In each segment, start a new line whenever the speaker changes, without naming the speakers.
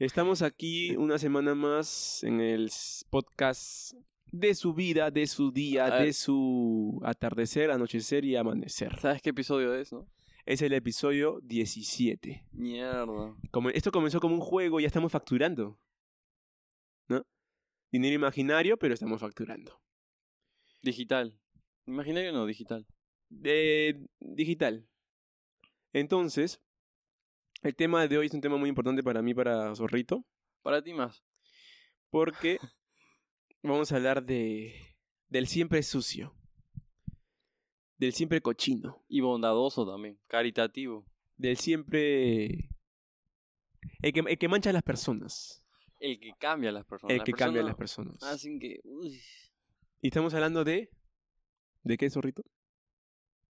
Estamos aquí una semana más en el s- podcast de su vida, de su día,
A ver.
de su atardecer, anochecer y amanecer.
¿Sabes qué episodio es, no?
Es el episodio 17.
Mierda.
Como- esto comenzó como un juego, ya estamos facturando. ¿No? Dinero imaginario, pero estamos facturando.
Digital. Imaginario no, digital.
de Eh, digital. Entonces, el tema de hoy es un tema muy importante para mí, para Zorrito,
Para ti más.
porque vamos a hablar de del siempre sucio, del siempre cochino,
Y bondadoso también. Caritativo.
del siempre el que, el que mancha a las personas,
El que cambia a las personas.
el
Las
que cambia a las
personas
personas.
Hacen que. uy,
Y estamos hablando de ¿de qué Zorrito?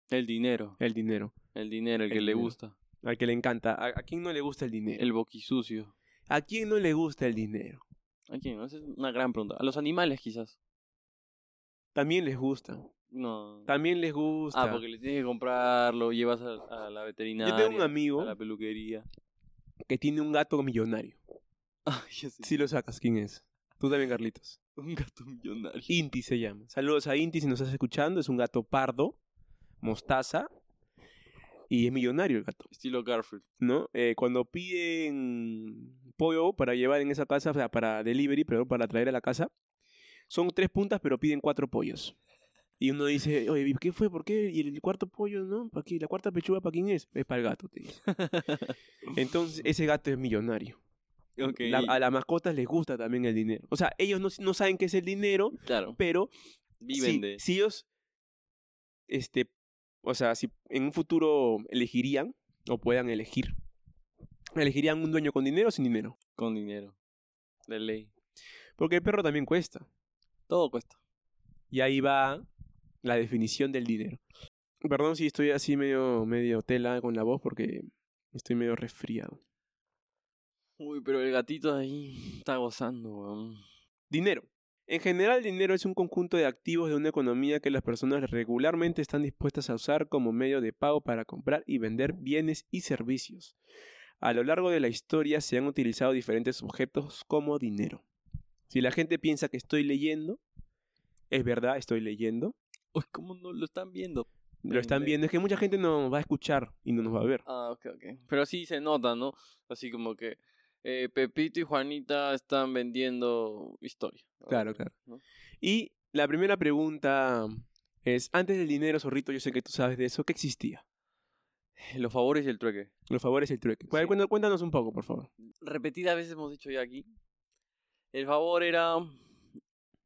El dinero.
El dinero.
El dinero, el,
El
que le
dinero.
gusta.
Al que le encanta, a, a quién no le gusta el dinero.
El boquisucio.
¿A quién no le gusta el dinero?
¿A quién? Esa es una gran pregunta. A los animales, quizás.
También les gusta.
No.
También les gusta.
Ah, porque le tienes que comprarlo, llevas a, a la veterinaria.
Yo tengo un amigo
A la peluquería.
que tiene un gato millonario.
Ay, ya sé.
Si lo sacas, ¿quién es? Tú también, Carlitos.
Un gato millonario.
Inti se llama. Saludos a Inti si nos estás escuchando. Es un gato pardo, mostaza. Y es millonario el gato,
Estilo Garfield.
¿no? Eh, cuando piden pollo para llevar en esa casa, o sea, para delivery, pero para traer a la casa, son tres puntas, pero piden cuatro pollos. Y uno dice, oye, ¿y ¿qué fue? ¿Por qué? ¿Y el cuarto pollo, no? ¿Para qué? ¿La cuarta pechuga para quién es? Es para el gato, te dice. Entonces, ese gato es millonario.
Ok.
La- a las mascotas les gusta también el dinero. O sea, ellos no, no saben qué es el dinero,
Claro.
pero
Viven
si,
de.
si ellos, este, o sea, si en un futuro elegirían o puedan elegir, elegirían un dueño con dinero o sin dinero.
Con dinero. De ley.
Porque el perro también cuesta.
Todo cuesta.
Y ahí va la definición del dinero. Perdón si estoy así medio, medio tela con la voz porque estoy medio resfriado.
Uy, pero el gatito ahí está gozando, weón.
Dinero. En general, el dinero es un conjunto de activos de una economía que las personas regularmente están dispuestas a usar como medio de pago para comprar y vender bienes y servicios. A lo largo de la historia se han utilizado diferentes objetos como dinero. Si la gente piensa que estoy leyendo, es verdad, estoy leyendo.
Uy, ¿cómo no lo están viendo?
Lo están viendo, es que mucha gente nos va a escuchar y no nos va a ver.
Ah, ok, ok. Pero sí se nota, ¿no? Así como que eh, Pepito y Juanita están vendiendo historia. ¿no?
Claro, claro.
¿no?
Y la primera pregunta es, antes del dinero, zorrito, yo sé que tú sabes de eso, ¿qué existía?
Los favores y el trueque.
Los favores y el trueque. Cuá-
Sí.
cuéntanos- Cuéntanos un poco, por favor.
Repetidas veces hemos dicho ya aquí. El favor era.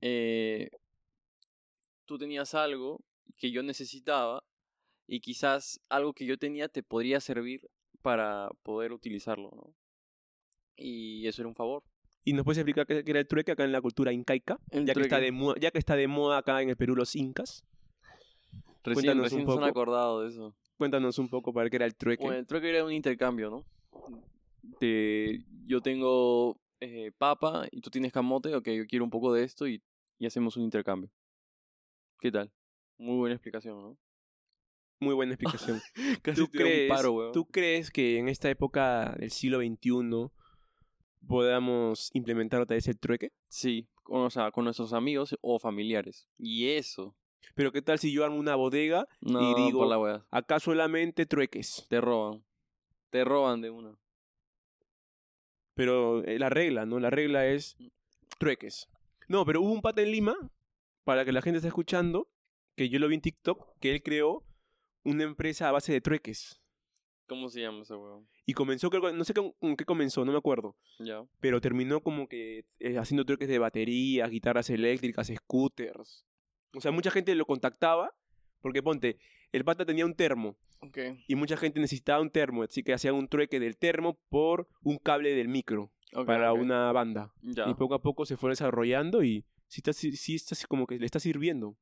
eh, tú tenías algo que yo necesitaba y quizás algo que yo tenía te podría servir para poder utilizarlo, ¿no? Y eso era un favor.
¿Y nos puedes explicar qué qué era el trueque acá en la cultura incaica?
El
Ya que, está
trueque.
de mo- ya que está de moda acá en el Perú los incas.
Recién,
Cuéntanos
recién
un
se han
poco.
acordado de eso.
Cuéntanos un poco para qué era el trueque.
Bueno, el trueque era un intercambio, ¿no? De, yo tengo eh, papa y tú tienes camote, ok, yo quiero un poco de esto y, y hacemos un intercambio. ¿Qué tal? Muy buena explicación, ¿no?
Muy buena explicación.
Casi
¿Tú,
te da un
crees,
paro, weón.
¿Tú crees que en esta época del siglo XXI podamos implementar otra vez el trueque?
Sí, con, o sea, con nuestros amigos o familiares. Y eso.
Pero ¿qué tal si yo armo una bodega?
No,
digo-
por la weá.
Acá solamente trueques.
Te roban. Te roban de una.
Pero eh, la regla, ¿no? La regla es
Mm.
trueques. No, pero hubo un pata en Lima, para que la gente está escuchando, que yo lo vi en TikTok, que él creó una empresa a base de trueques.
¿Cómo se llama ese weón?
Y comenzó, creo que- no sé con, con qué comenzó, no me acuerdo,
Ya.
pero terminó como que eh, haciendo trueques de baterías, guitarras eléctricas, scooters. O sea, mucha gente lo contactaba, porque ponte, el pata tenía un termo
Ok.
y mucha gente necesitaba un termo, así que hacían un trueque del termo por un cable del micro
ok,
para
ok.
una banda.
Ya.
Y poco a poco se fue desarrollando y sí está, sí, sí está como que le está sirviendo.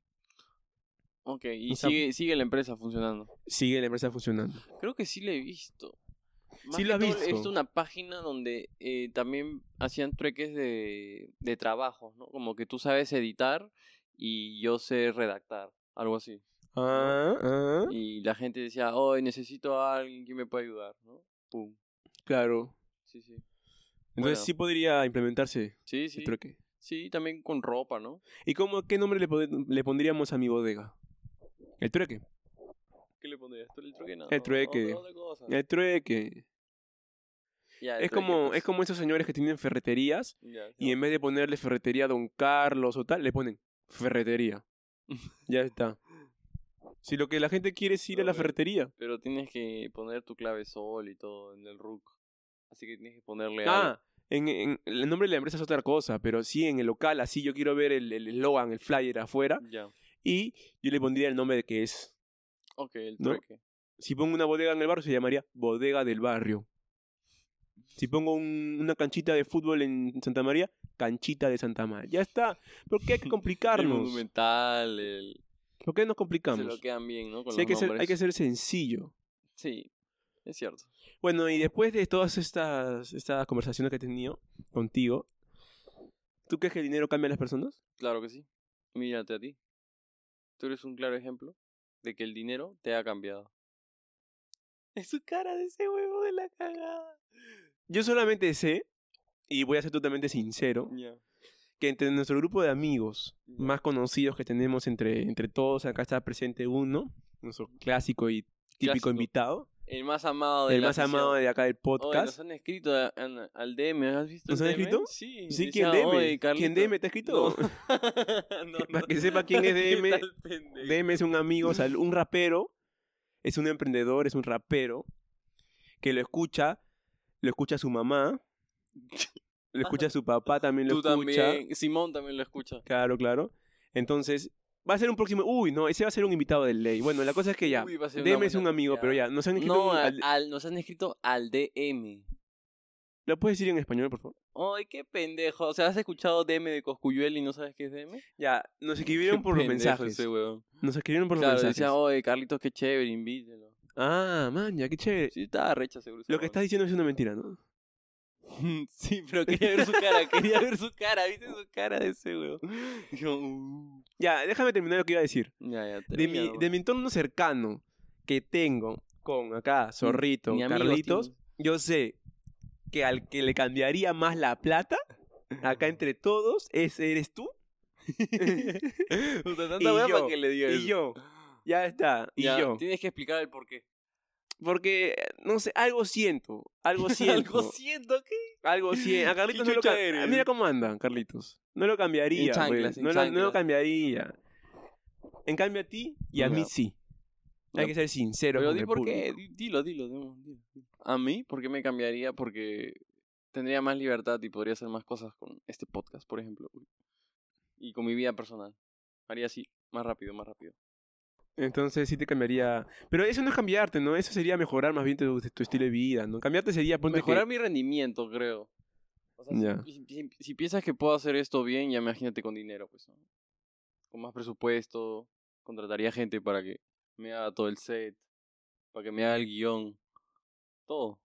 Ok, y
o sea-
sigue, sigue la empresa funcionando.
Sigue la empresa funcionando.
Creo que sí la he visto.
Sí
que
lo has
todo, He
visto.
visto una página donde eh, también hacían trueques de, de trabajos, ¿no? Como que tú sabes editar y yo sé redactar, algo así.
Ah, ah.
Y la gente decía, hoy necesito a alguien que me pueda ayudar, ¿no? Pum.
Claro.
Sí, sí.
Entonces
Bueno.
sí podría implementarse
Sí,
el
sí.
trueque.
Sí, también con ropa, ¿no?
¿Y cómo, qué nombre le, pod- le pondríamos a mi bodega? El trueque.
¿Qué le pondrías? ¿Tú el trueque? No,
El trueque.
otra- otra cosa.
El trueque.
Ya, el
Es
trueque,
como,
pues.
es como esos señores que tienen ferreterías
Ya,
y
no.
en vez de ponerle ferretería a Don Carlos o tal, le ponen ferretería. ya está. Si lo que la gente quiere es ir a
No,
la
pero-
ferretería.
Pero tienes que poner tu clave sol y todo en el RUC. Así que tienes que ponerle algo.
Ah, en, en- el nombre de la empresa es otra cosa, pero sí en el local, así yo quiero ver el el eslogan, el, flyer afuera
Ya.
y yo le pondría el nombre de que es.
Ok, el
¿No?
trueque.
Si pongo una bodega en el barrio, se llamaría Bodega del Barrio. Si pongo un- una canchita de fútbol en Santa María, Canchita de Santa María. Ya está. ¿Por qué hay que
El
complicarnos?
monumental, el...
¿Por qué nos
Se lo
complicamos?
quedan bien, ¿no? Con
Sí, hay, que
los
ser, hay
nombres.
que ser sencillo.
Sí, es cierto.
Bueno, y después de todas estas, estas conversaciones que he tenido contigo, ¿tú crees que el dinero cambia a las personas?
Claro que sí. Mírate a ti. Tú eres un claro ejemplo de que el dinero te ha cambiado.
Es su cara de ese huevo de la cagada. Yo solamente sé, y voy a ser totalmente sincero, que entre nuestro grupo de amigos
Ya.
más conocidos que tenemos entre, entre todos, acá está presente uno, nuestro clásico y típico
Clásico.
invitado,
El más amado de
el
la
más
afición.
amado de acá del
Oye,
podcast.
nos han escrito a- an- al DM, ¿has visto?
¿Nos
el
han
DM?
escrito?
Sí.
sí, ¿quién
decía,
DM?
"Oye, Carlito".
¿Quién DM? ¿Te ha escrito?
No. No,
Para
no.
que sepa quién es
¿Qué
DM,
tal pendejo?
DM es un amigo, o sea, un rapero, es un emprendedor, es un rapero que lo escucha, lo escucha su mamá, lo escucha su papá, también lo
Tú
escucha.
también, Simón también lo escucha.
Claro, claro. Entonces, va a ser un próximo. Uy, no, ese va a ser un invitado de ley. Bueno, la cosa es que ya.
Uy, va a ser una
DM es un
buena-
amigo,
ya.
pero ya, nos han escrito.
No,
un-
al,
al-
al- nos han escrito al DM.
¿Lo puedes decir en español, por favor?
Ay, qué pendejo. O sea, ¿has escuchado DM de Coscuyuel y no sabes qué es DM?
Ya, nos escribieron por los mensajes.
Ese weón.
Nos escribieron por
este Claro,
los mensajes.
decía, oye, Carlitos, qué chévere, invítelo.
Ah, man, ya, qué chévere.
Sí, "Ah, estaba recha seguro. ese
Lo que estás
weón.
diciendo es una mentira, ¿no?
sí, pero quería ver su cara, quería ver su cara, ¿viste su cara de ese weón? Yo, uh.
Ya, déjame terminar lo que iba a decir.
Ya, ya,
De
termina,
mi,
weón.
de mi entorno cercano que tengo con
Mm,
acá, Zorrito,
Ni amigos
Carlitos,
tienes.
yo sé que al que le cambiaría más la plata, acá entre todos, ese eres tú
o sea,
Y
tanta weá para
yo,
que le diga eso.
y yo. Ya está, y
Ya,
yo.
Tienes que explicar el porqué.
Porque, no sé, algo siento. Algo siento.
Algo siento que...
algo siento. A Carlitos
¿Qué
no lo
chucha
cam-
eres?
Ah, Mira cómo andan, Carlitos. No lo cambiaría.
En chanclas,
güey.
en
no, lo, no lo
chanclas.
cambiaría. En cambio a ti y a
Ya.
mí sí. Hay
Ya.
que ser sincero.
Pero
con
di
el
por qué,
público.
di- dilo, dilo, dilo, dilo, dilo. A mí, ¿por qué me cambiaría? Porque tendría más libertad y podría hacer más cosas con este podcast, por ejemplo. uy. Y con mi vida personal. Haría así, más rápido, más rápido.
Entonces sí te cambiaría. Pero eso no es cambiarte, ¿no? Eso sería mejorar más bien tu, tu estilo de vida, ¿no? Cambiarte sería ponte que-
Mejorar mi rendimiento, creo. O sea, si-
Ya.
si, si- si piensas que puedo hacer esto bien, ya imagínate con dinero, pues. ¿no? Con más presupuesto, contrataría gente para que me haga todo el set, para que me haga el guión, todo.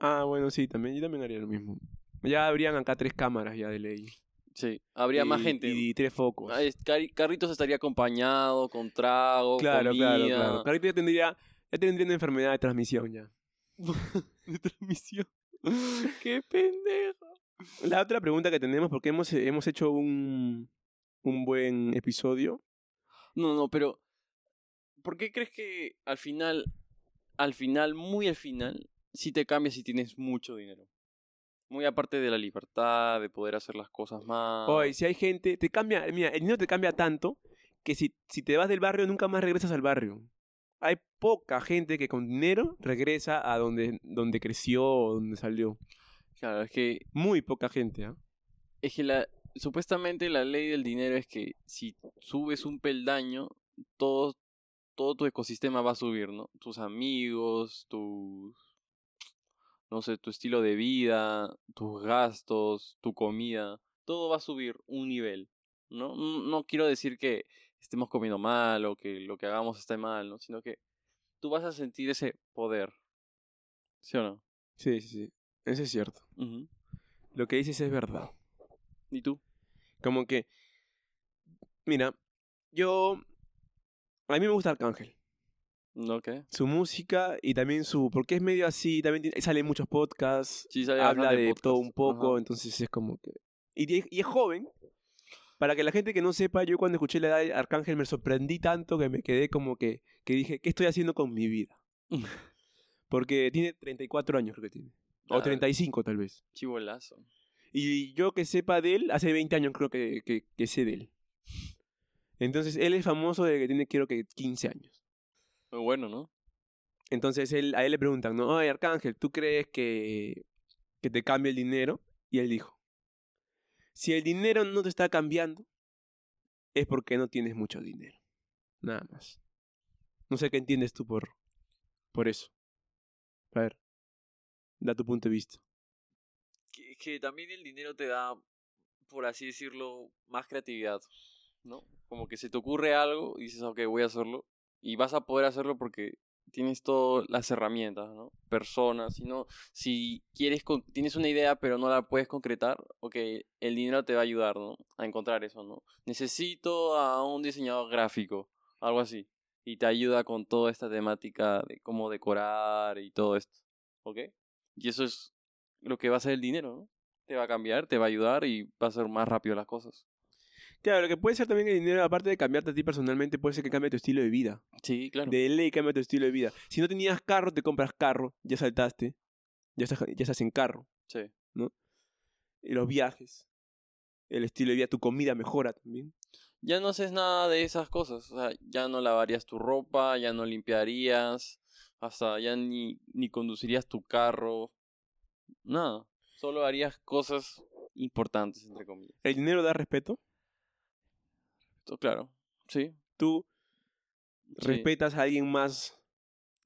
Ah, bueno, sí, también. Yo también haría lo mismo. Ya habrían acá tres cámaras ya de ley.
Sí, habría más
Y-
gente.
Y, tres focos.
Ah, es- Cari- Carritos estaría acompañado con trago,
Claro,
comida.
claro, claro. Carito ya tendría, ya tendría una enfermedad de transmisión ya.
De transmisión. ¡Qué pendejo!
La otra pregunta que tenemos, porque hemos, hemos hecho un, un buen episodio.
No, no, pero ¿por qué crees que al final, al final, muy al final, si te cambias si tienes mucho dinero? Muy aparte de la libertad, de poder hacer las cosas más.
Hoy, si hay gente, te cambia, mira, el dinero te cambia tanto que si, si te vas del barrio nunca más regresas al barrio. Hay poca gente que con dinero regresa a donde, donde creció o donde salió.
Claro, es que,
Muy poca gente, ¿ah?
es que la, supuestamente la ley del dinero es que si subes un peldaño, todo, todo tu ecosistema va a subir, ¿no? Tus amigos, tus. No sé, tu estilo de vida, tus gastos, tu comida, todo va a subir un nivel, ¿no? No no quiero decir que estemos comiendo mal o que lo que hagamos esté mal, ¿no? Sino que tú vas a sentir ese poder, ¿sí o no?
Sí, sí, sí. Eso es cierto.
Ujú.
Lo que dices es verdad.
¿Y tú?
Como que. Mira, yo. A mí me gusta Arcángel.
Ok.
Su música y también su... Porque es medio así, también tiene- sale en muchos podcasts,
Sí, sale
habla
bastante
de
podcast.
todo un poco,
Ajá.
entonces es como que... Y, es- y es joven. Para que la gente que no sepa, yo cuando escuché la edad de Arcángel me sorprendí tanto que me quedé como que, que dije, ¿qué estoy haciendo con mi vida? Porque tiene 34 años creo que tiene. O
Ah,
35 tal vez.
Chibolazo.
Y yo que sepa de él, hace 20 años creo que, que, que sé de él. Entonces, él es famoso desde que tiene creo que 15 años.
Muy bueno, ¿no?
Entonces, él, a él le preguntan, no, Ay, Arcángel, ¿tú crees que, que te cambie el dinero? Y él dijo, si el dinero no te está cambiando, es porque no tienes mucho dinero. Nada más. No sé qué entiendes tú por, por eso. A ver, da tu punto de vista.
Que, que también el dinero te da, por así decirlo, más creatividad, ¿no? Como que se te ocurre algo y dices, ok, voy a hacerlo. Y vas a poder hacerlo porque tienes todas las herramientas, ¿no? Personas, si no, si quieres, con- tienes una idea pero no la puedes concretar, ok, el dinero te va a ayudar, ¿no? A encontrar eso, ¿no? Necesito a un diseñador gráfico, algo así. Y te ayuda con toda esta temática de cómo decorar y todo esto, ¿ok? Y eso es lo que va a ser el dinero, ¿no? Te va a cambiar, te va a ayudar y va a ser más rápido las cosas.
Claro, lo que puede ser también el dinero, aparte de cambiarte a ti personalmente, puede ser que cambie tu estilo de vida.
Sí, claro.
De ley cambia tu estilo de vida. Si no tenías carro, te compras carro, ya saltaste, ya estás, ya estás en carro.
Sí.
Y los viajes, el estilo de vida, tu comida mejora también.
Ya no haces nada de esas cosas. O sea, ya no lavarías tu ropa, ya no limpiarías, hasta ya ni, ni conducirías tu carro. Nada. Solo harías cosas importantes, entre comillas.
El dinero da respeto.
Esto, claro. Sí.
Tú
sí,
respetas a alguien más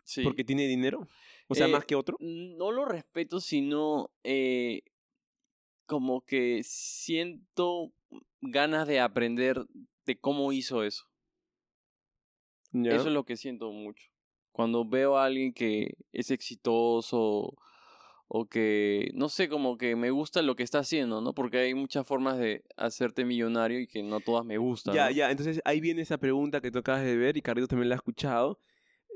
sí.
porque tiene dinero. O sea,
Eh,
más que otro.
no lo respeto, sino eh, como que siento ganas de aprender de cómo hizo eso.
Ya.
Eso es lo que siento mucho. Cuando veo a alguien que es exitoso o que, no sé, como que me gusta lo que está haciendo, ¿no? Porque hay muchas formas de hacerte millonario y que no todas me gustan.
ya,
¿no?
ya. Entonces ahí viene esa pregunta que tú acabas de ver y Carlitos también la ha escuchado.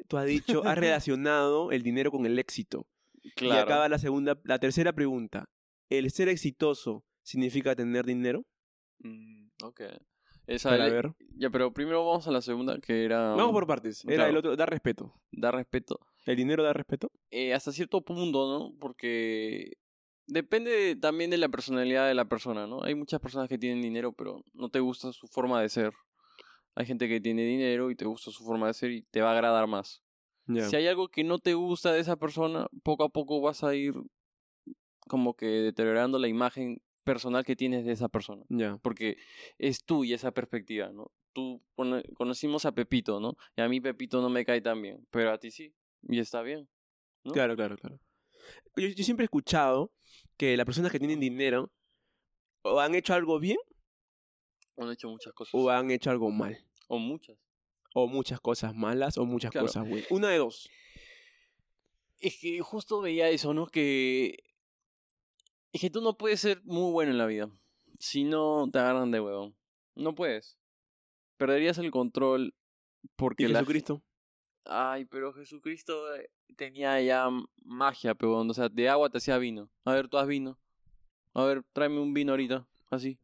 Tú has dicho, has relacionado el dinero con el éxito. Y
Claro.
acaba la segunda, la tercera pregunta. ¿El ser exitoso significa tener dinero?
Mm, ok. Esa
Para
era-
ver.
Ya, pero primero vamos a la segunda, que era
Vamos
um,
por partes. Era
claro.
el otro, da respeto.
dar respeto.
¿El dinero da respeto?
eh, hasta cierto punto, ¿no? Porque depende de- también de la personalidad de la persona, ¿no? Hay muchas personas que tienen dinero, pero no te gusta su forma de ser. Hay gente que tiene dinero y te gusta su forma de ser y te va a agradar más. Si hay algo que no te gusta de esa persona, poco a poco vas a ir como que deteriorando la imagen personal que tienes de esa persona
Ya.
porque es tuya esa perspectiva, ¿no? Tú cono- conocimos a Pepito, ¿no? Y a mí Pepito no me cae tan bien, pero a ti sí, y está bien. ¿no?
Claro, claro, claro. Yo, yo siempre he escuchado que las personas que tienen dinero o han hecho algo bien
Han hecho muchas cosas.
o han hecho algo mal.
O muchas.
O muchas cosas malas o muchas
Claro.
cosas buenas. Una de dos.
Es que justo veía eso, ¿no? Que. Es que tú no puedes ser muy bueno en la vida. Si no te agarran de huevón. No puedes. Perderías el control
Y
porque la
Jesucristo.
Ay, pero Jesucristo eh, tenía ya m- magia, peón. O sea, de agua te hacía vino. A ver, tú haz vino. A ver, tráeme un vino ahorita. Así.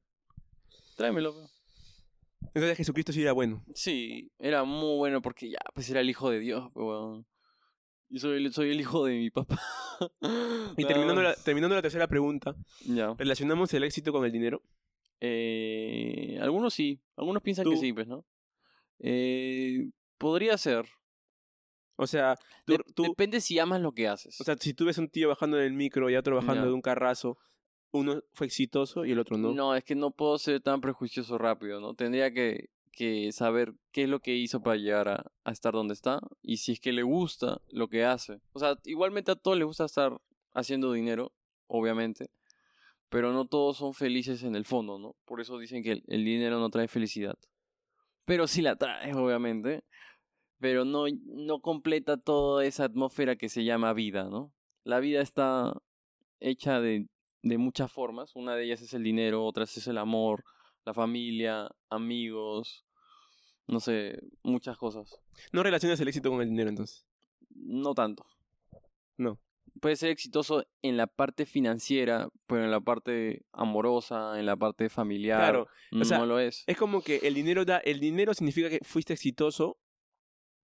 Tráemelo, peón.
Entonces Jesucristo sí era bueno.
Sí, era muy bueno porque ya, pues era el hijo de Dios, peón. Yo soy, el- soy el hijo de mi papá.
Y
Nada
terminando la,
más.
terminando la tercera pregunta,
Ya.
¿relacionamos el éxito con el dinero?
Eh, algunos sí. Algunos piensan que
Tú.
sí, pues, ¿no? Eh, podría ser.
O sea, tú-
Dep-
tú,
Depende si amas lo que haces.
O sea, si tú ves un tío bajando del micro y otro bajando
Ya.
de un carrazo, uno fue exitoso y el otro no.
¿no? es que no puedo ser tan prejuicioso rápido, ¿no? Tendría que, que saber qué es lo que hizo para llegar a, a estar donde está y si es que le gusta lo que hace. O sea, igualmente a todos les gusta estar haciendo dinero, obviamente, pero no todos son felices en el fondo, ¿no? Por eso dicen que el, el dinero no trae felicidad. Pero sí la trae, obviamente, pero no, no completa toda esa atmósfera que se llama vida, ¿no? La vida está hecha de de muchas formas. Una de ellas es el dinero, otras es el amor, la familia, amigos, no sé, muchas cosas.
No relacionas el éxito con el dinero entonces.
No tanto.
No.
Puede ser exitoso en la parte financiera, pero en la parte amorosa, en la parte familiar,
Claro.
no
sea,
lo es.
Es como que el dinero da, el dinero significa que fuiste exitoso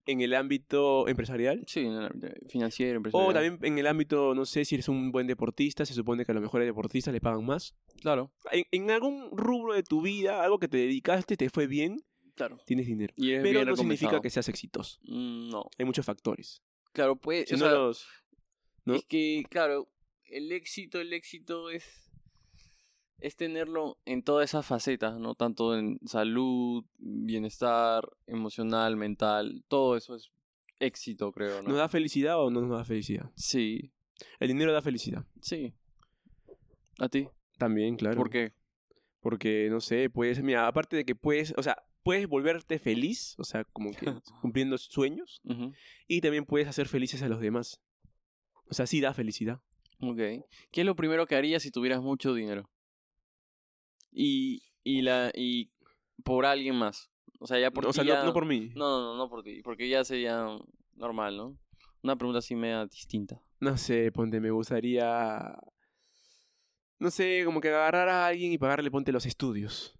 en el ámbito empresarial.
Sí, en el financiero,
O
empresarial.
también en el ámbito, no sé, si eres un buen deportista, se supone que a los mejores deportistas le pagan más.
Claro,
En, en algún rubro de tu vida, algo que te dedicaste, te fue bien,
claro.
tienes dinero.
Y es
Pero
bien
no significa
recompensado.
que seas exitoso.
Mm, No,
Hay muchos factores.
claro, puede...
Si
o
no
sea,
los- ¿no?
Es que, claro, el éxito, el éxito es... Es tenerlo en todas esas facetas, ¿no? Tanto en salud, bienestar, emocional, mental, todo eso es éxito, creo, ¿no?
¿Nos da felicidad o no nos da felicidad?
Sí,
El dinero da felicidad.
sí. ¿A ti?
También, claro.
¿Por qué?
Porque, no sé, puedes, mira, aparte de que puedes, o sea, puedes volverte feliz, o sea, como que cumpliendo sueños,
Ujú,
y también puedes hacer felices a los demás. O sea, sí da felicidad.
Ok. ¿Qué es lo primero que harías si tuvieras mucho dinero? Y, y, la, y por alguien más. O sea, ya por
o
ti
sea,
ya-
no, no por mí. No.
No, no, no, no por ti, porque ya sería normal, ¿no? Una pregunta así media distinta.
sé, ponte, me gustaría. No sé, como que agarrar a alguien y pagarle, ponte, los estudios.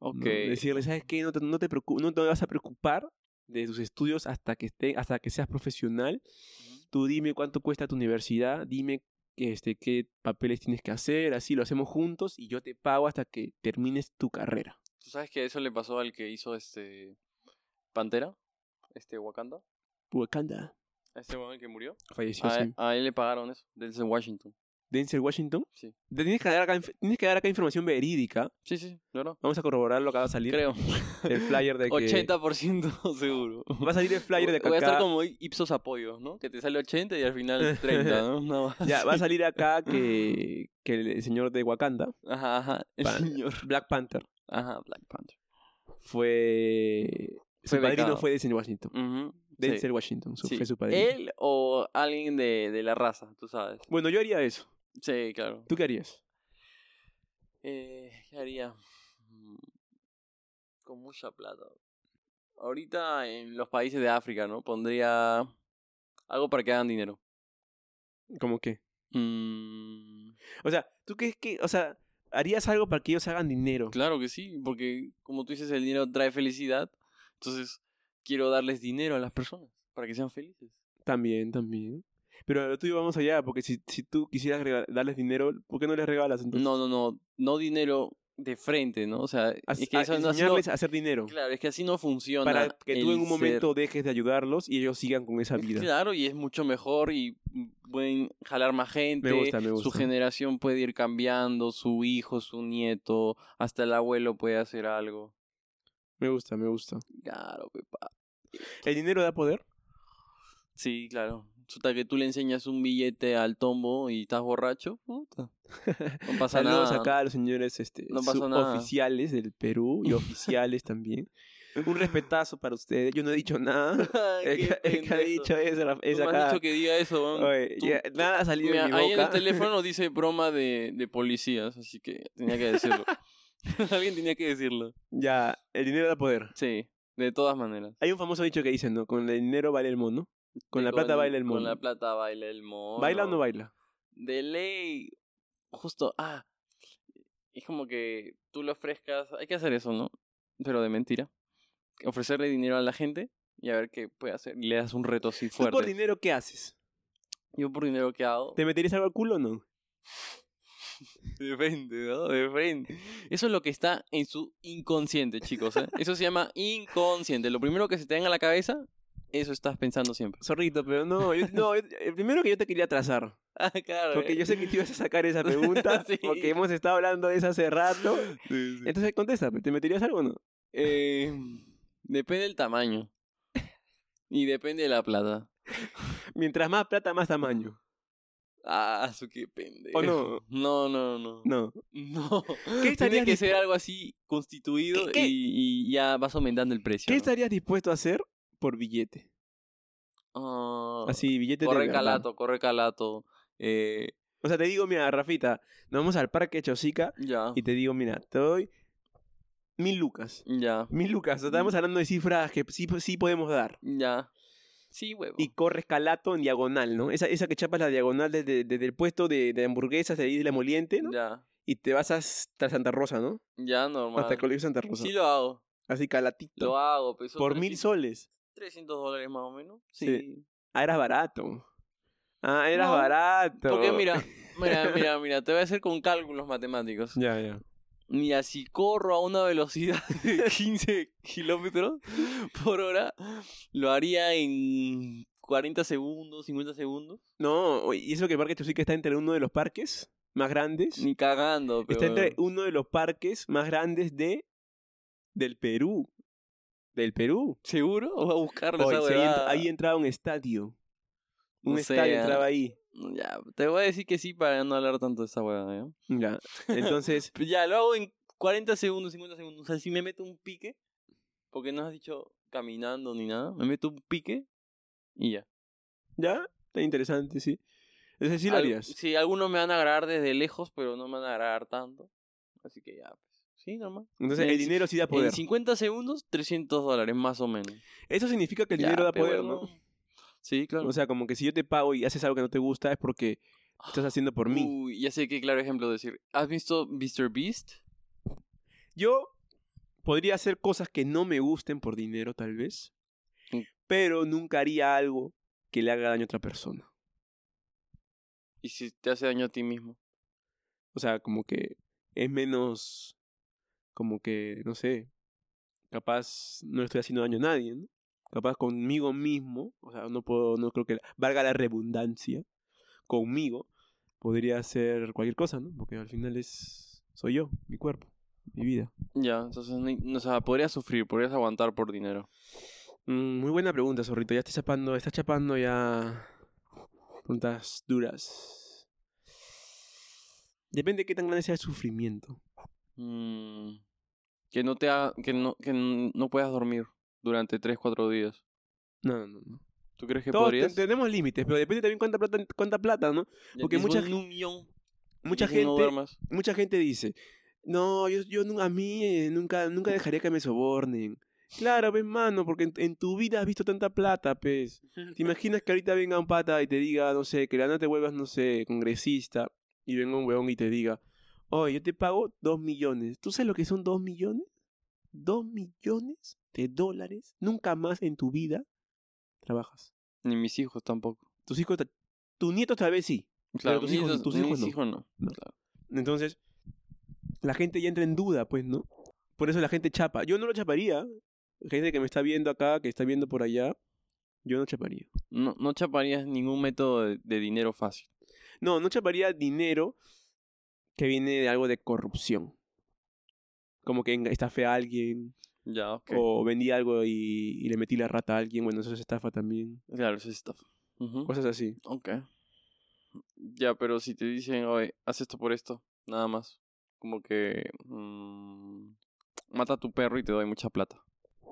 ¿no?
Ok.
Decirle, ¿sabes qué? No te, no, te preocu- no te vas a preocupar de tus estudios hasta que, esté, hasta que seas profesional. tú dime cuánto cuesta tu universidad, dime este, qué papeles tienes que hacer, así lo hacemos juntos y yo te pago hasta que termines tu carrera.
¿Tú sabes que eso le pasó al que hizo este Pantera? Este Wakanda.
Wakanda.
Este el que murió.
Falleció,
A,
sí.
a él le pagaron eso, desde Washington.
Denzel Washington.
Sí.
Te Tienes que, dar acá, inf- tienes que dar acá información verídica.
Sí, sí, ¿no?
Vamos a corroborar lo que va a salir.
Creo.
El flyer de que...
80% seguro.
Va a salir el flyer de que
Voy a estar
acá...
como Ipsos Apoyo, ¿no? Que te sale 80 y al final 30, ¿no? Nada más.
Ya, va a salir acá que, que el señor de Wakanda,
Ajá, ajá. El
Pa-
señor.
Black Panther,
Ajá, Black Panther.
fue...
Fue
su padrino
becado.
fue Denzel Washington.
Ujú, sí,
Denzel Washington su-
sí.
fue su padrino.
Él o alguien de, de la raza, tú sabes.
Bueno, yo haría eso.
Sí, claro.
¿Tú qué harías?
Eh, ¿Qué haría? Mm, Con mucha plata. Ahorita en los países de África, ¿no? Pondría algo para que hagan dinero.
¿Cómo qué?
Mm,
O sea, ¿tú crees que, o sea, harías algo para que ellos hagan dinero?
claro que sí, porque como tú dices, el dinero trae felicidad. Entonces, quiero darles dinero a las personas para que sean felices.
También, también. Pero lo tuyo vamos allá, porque si, si tú quisieras rega- darles dinero, ¿por qué no les regalas entonces?
No, no, no, no dinero de frente, ¿no? O sea,
A-
es que
a-
eso no, así no-
enseñarles a hacer dinero.
Claro, es que así no funciona.
para que tú
el
en un
ser.
momento dejes de ayudarlos y ellos sigan con esa vida.
Claro, y es mucho mejor y mm, pueden jalar más gente.
Me gusta, me gusta.
Su generación puede ir cambiando, su hijo, su nieto, hasta el abuelo puede hacer algo.
Me gusta, me gusta.
Claro, pepa.
¿El dinero da poder?
Sí, claro. Chuta que tú le enseñas un billete al tombo y estás borracho, puta. No pasa
Saludos
nada.
acá a los señores este,
No pasa
sub-
nada.
oficiales del Perú y oficiales también. Un respetazo para ustedes. Yo no he dicho nada.
Ay,
El
qué
que, el que ha
pendejo.
dicho eso Raf- es
Tú me has
acá.
dicho que diga eso, weón.
Oye,
Tú-
ya, nada ha salido
Mira,
de mi
ahí en este
boca.
el teléfono dice broma de, de policías, así que tenía que decirlo. Alguien tenía que decirlo.
Ya, el dinero da poder.
Sí, de todas maneras.
Hay un famoso dicho que dicen, ¿no? Con el dinero baila el mono. Con
Y
la plata baila el
Con
mono.
la plata baila el mono.
¿Baila o no baila?
De ley. Justo, ah. Es como que tú le ofrezcas. Hay que hacer eso, ¿no? Pero de mentira. Ofrecerle dinero a la gente y a ver qué puede hacer. Y le das un reto así
¿Tú
fuerte.
por dinero qué haces?
Yo por dinero que hago.
¿Te meterías algo al culo o no?
De frente, ¿no? De frente. Eso es lo que está en su inconsciente, chicos. ¿eh? Eso se llama inconsciente. Lo primero que se te venga a la cabeza, eso estás pensando siempre.
Zorrito, pero no. yo- no yo- eh, primero que yo te quería atrasar.
Ah, claro.
Porque
¿eh?
yo sé que te ibas a sacar esa pregunta.
Sí.
Porque hemos estado hablando de eso hace rato.
Sí, sí.
Entonces contesta, ¿te meterías algo o no?
Eh, depende del tamaño. Y depende de la plata.
Mientras más plata, más tamaño.
Ah, su qué pendejo.
¿O no?
No, no, no.
No.
No.
¿Qué
Tiene
estarías,
que
dis-
ser algo así constituido
¿Qué- qué?
Y, y ya vas aumentando el precio.
¿qué
¿no?
estarías dispuesto a hacer por billete?
Ah,
Así, billete de
corre
verdad.
calato, corre calato. Eh,
O sea, te
Ah.
digo, mira, Rafita, nos vamos al parque Chosica
ya.
y te digo, mira, te doy mil lucas.
Ya,
Mil lucas.
Mm.
Estamos hablando de cifras que sí, sí podemos dar.
ya. Sí, huevo.
Y corres calato en diagonal, ¿no? Esa, esa que chapas la diagonal desde, desde el puesto de, de hamburguesas de ahí de la moliente, ¿no?
Ya,
Y te vas hasta Santa Rosa, ¿no?
ya, normal.
Hasta el colegio Santa Rosa.
Sí lo hago,
Así calatito.
lo hago. Pero son
Por mil
300
soles.
300 dólares más o menos.
Sí.
Sí.
Ah, eras barato. Ah, eras
No,
barato.
Porque mira, mira, mira, mira, te voy a hacer con cálculos matemáticos.
Ya, ya.
Mira, si corro a una velocidad de 15 kilómetros por hora, lo haría en 40 segundos, 50 segundos.
No, oye, y eso que el Parque Chosica está entre uno de los parques más grandes.
Ni cagando, pero.
Está entre uno de los parques más grandes de del Perú. Del Perú.
¿Seguro? Voy a buscarlo
Oye,
esa
si ahí,
huevada.
ent- ahí entraba un estadio. Un
O
estadio
sea,
entraba ahí.
Ya, te voy a decir que sí para no hablar tanto de esa huevada, ¿ya?
Ya. Entonces,
Pero ya, lo hago en 40 segundos, 50 segundos. O sea, si me meto un pique, porque no has dicho caminando ni nada, me meto un pique y ya.
ya, está interesante, sí. Entonces sí lo
Al-
harías.
sí, algunos me van a agradar desde lejos, pero no me van a agradar tanto. Así que ya, pues. Sí, normal.
Entonces
en
el
ci-
dinero sí da poder.
En 50 segundos, 300 dólares, más o menos.
Eso significa que el
Ya,
dinero da
pero
poder,
bueno.
¿no?
Sí, claro.
O sea, como que si yo te pago y haces algo que no te gusta es porque lo estás haciendo por mí.
Uy, ya sé qué claro ejemplo decir. ¿Has visto Mr. Beast?
Yo podría hacer cosas que no me gusten por dinero, tal vez.
Mm.
Pero nunca haría algo que le haga daño a otra persona.
Y si te hace daño a ti mismo.
O sea, como que es menos. Como que, no sé. Capaz no estoy haciendo daño a nadie, ¿no? Capaz conmigo mismo. O sea, no puedo. No creo que. Valga la redundancia. Conmigo. Podría hacer cualquier cosa, ¿no? Porque al final es. Soy yo, mi cuerpo, mi vida.
Ya, entonces, no hay- no, o sea, podrías sufrir, podrías aguantar por dinero.
Mm, Muy buena pregunta, zorrito. Ya estás chapando, estás chapando ya preguntas duras. Depende de qué tan grande sea el sufrimiento.
Mm, que no te ha- que no, que n- no puedas dormir durante 3, 4 días.
No, no, no, no.
¿Tú crees que
Todos te-
podrías?
tenemos límites, pero depende también cuánta plata, cuánta plata, ¿no?
Ya
porque
tienes
mucha
un-
gen-
un millón.
Mucha
Dices, no
gente,
duermas.
mucha gente dice, no, yo, yo nu- a mí eh, nunca, nunca dejaría que me sobornen. Claro, ves, mano, porque en, en tu vida has visto tanta plata, pez. ¿Te imaginas que ahorita venga un pata y te diga, no sé, que la nada te vuelvas, no sé, congresista, y venga un huevón y te diga, oye, yo te pago dos millones. ¿Tú sabes lo que son dos millones? Dos millones de dólares. Nunca más en tu vida trabajas.
Ni mis hijos tampoco.
Tus hijos, ta- tus nietos tal vez sí.
Claro,
tus
mis
hijos- tus hijos
mis
no.
hijos no.
No.
Claro.
Entonces, la gente ya entra en duda, pues, ¿no? Por eso la gente chapa. Yo no lo chaparía. Gente que me está viendo acá, que está viendo por allá, yo no chaparía.
No, no chaparías ningún método de, de dinero fácil.
No, no chaparía dinero que viene de algo de corrupción. Como que enga- estafé a alguien
Ya, ok.
o vendí algo y, y le metí la rata a alguien. Bueno, eso es estafa también.
Claro, eso es estafa. Ujú.
Cosas así.
Ok. Ya, pero si te dicen, oye, haz esto por esto, nada más. Como que. mm, mata a tu perro y te doy mucha plata.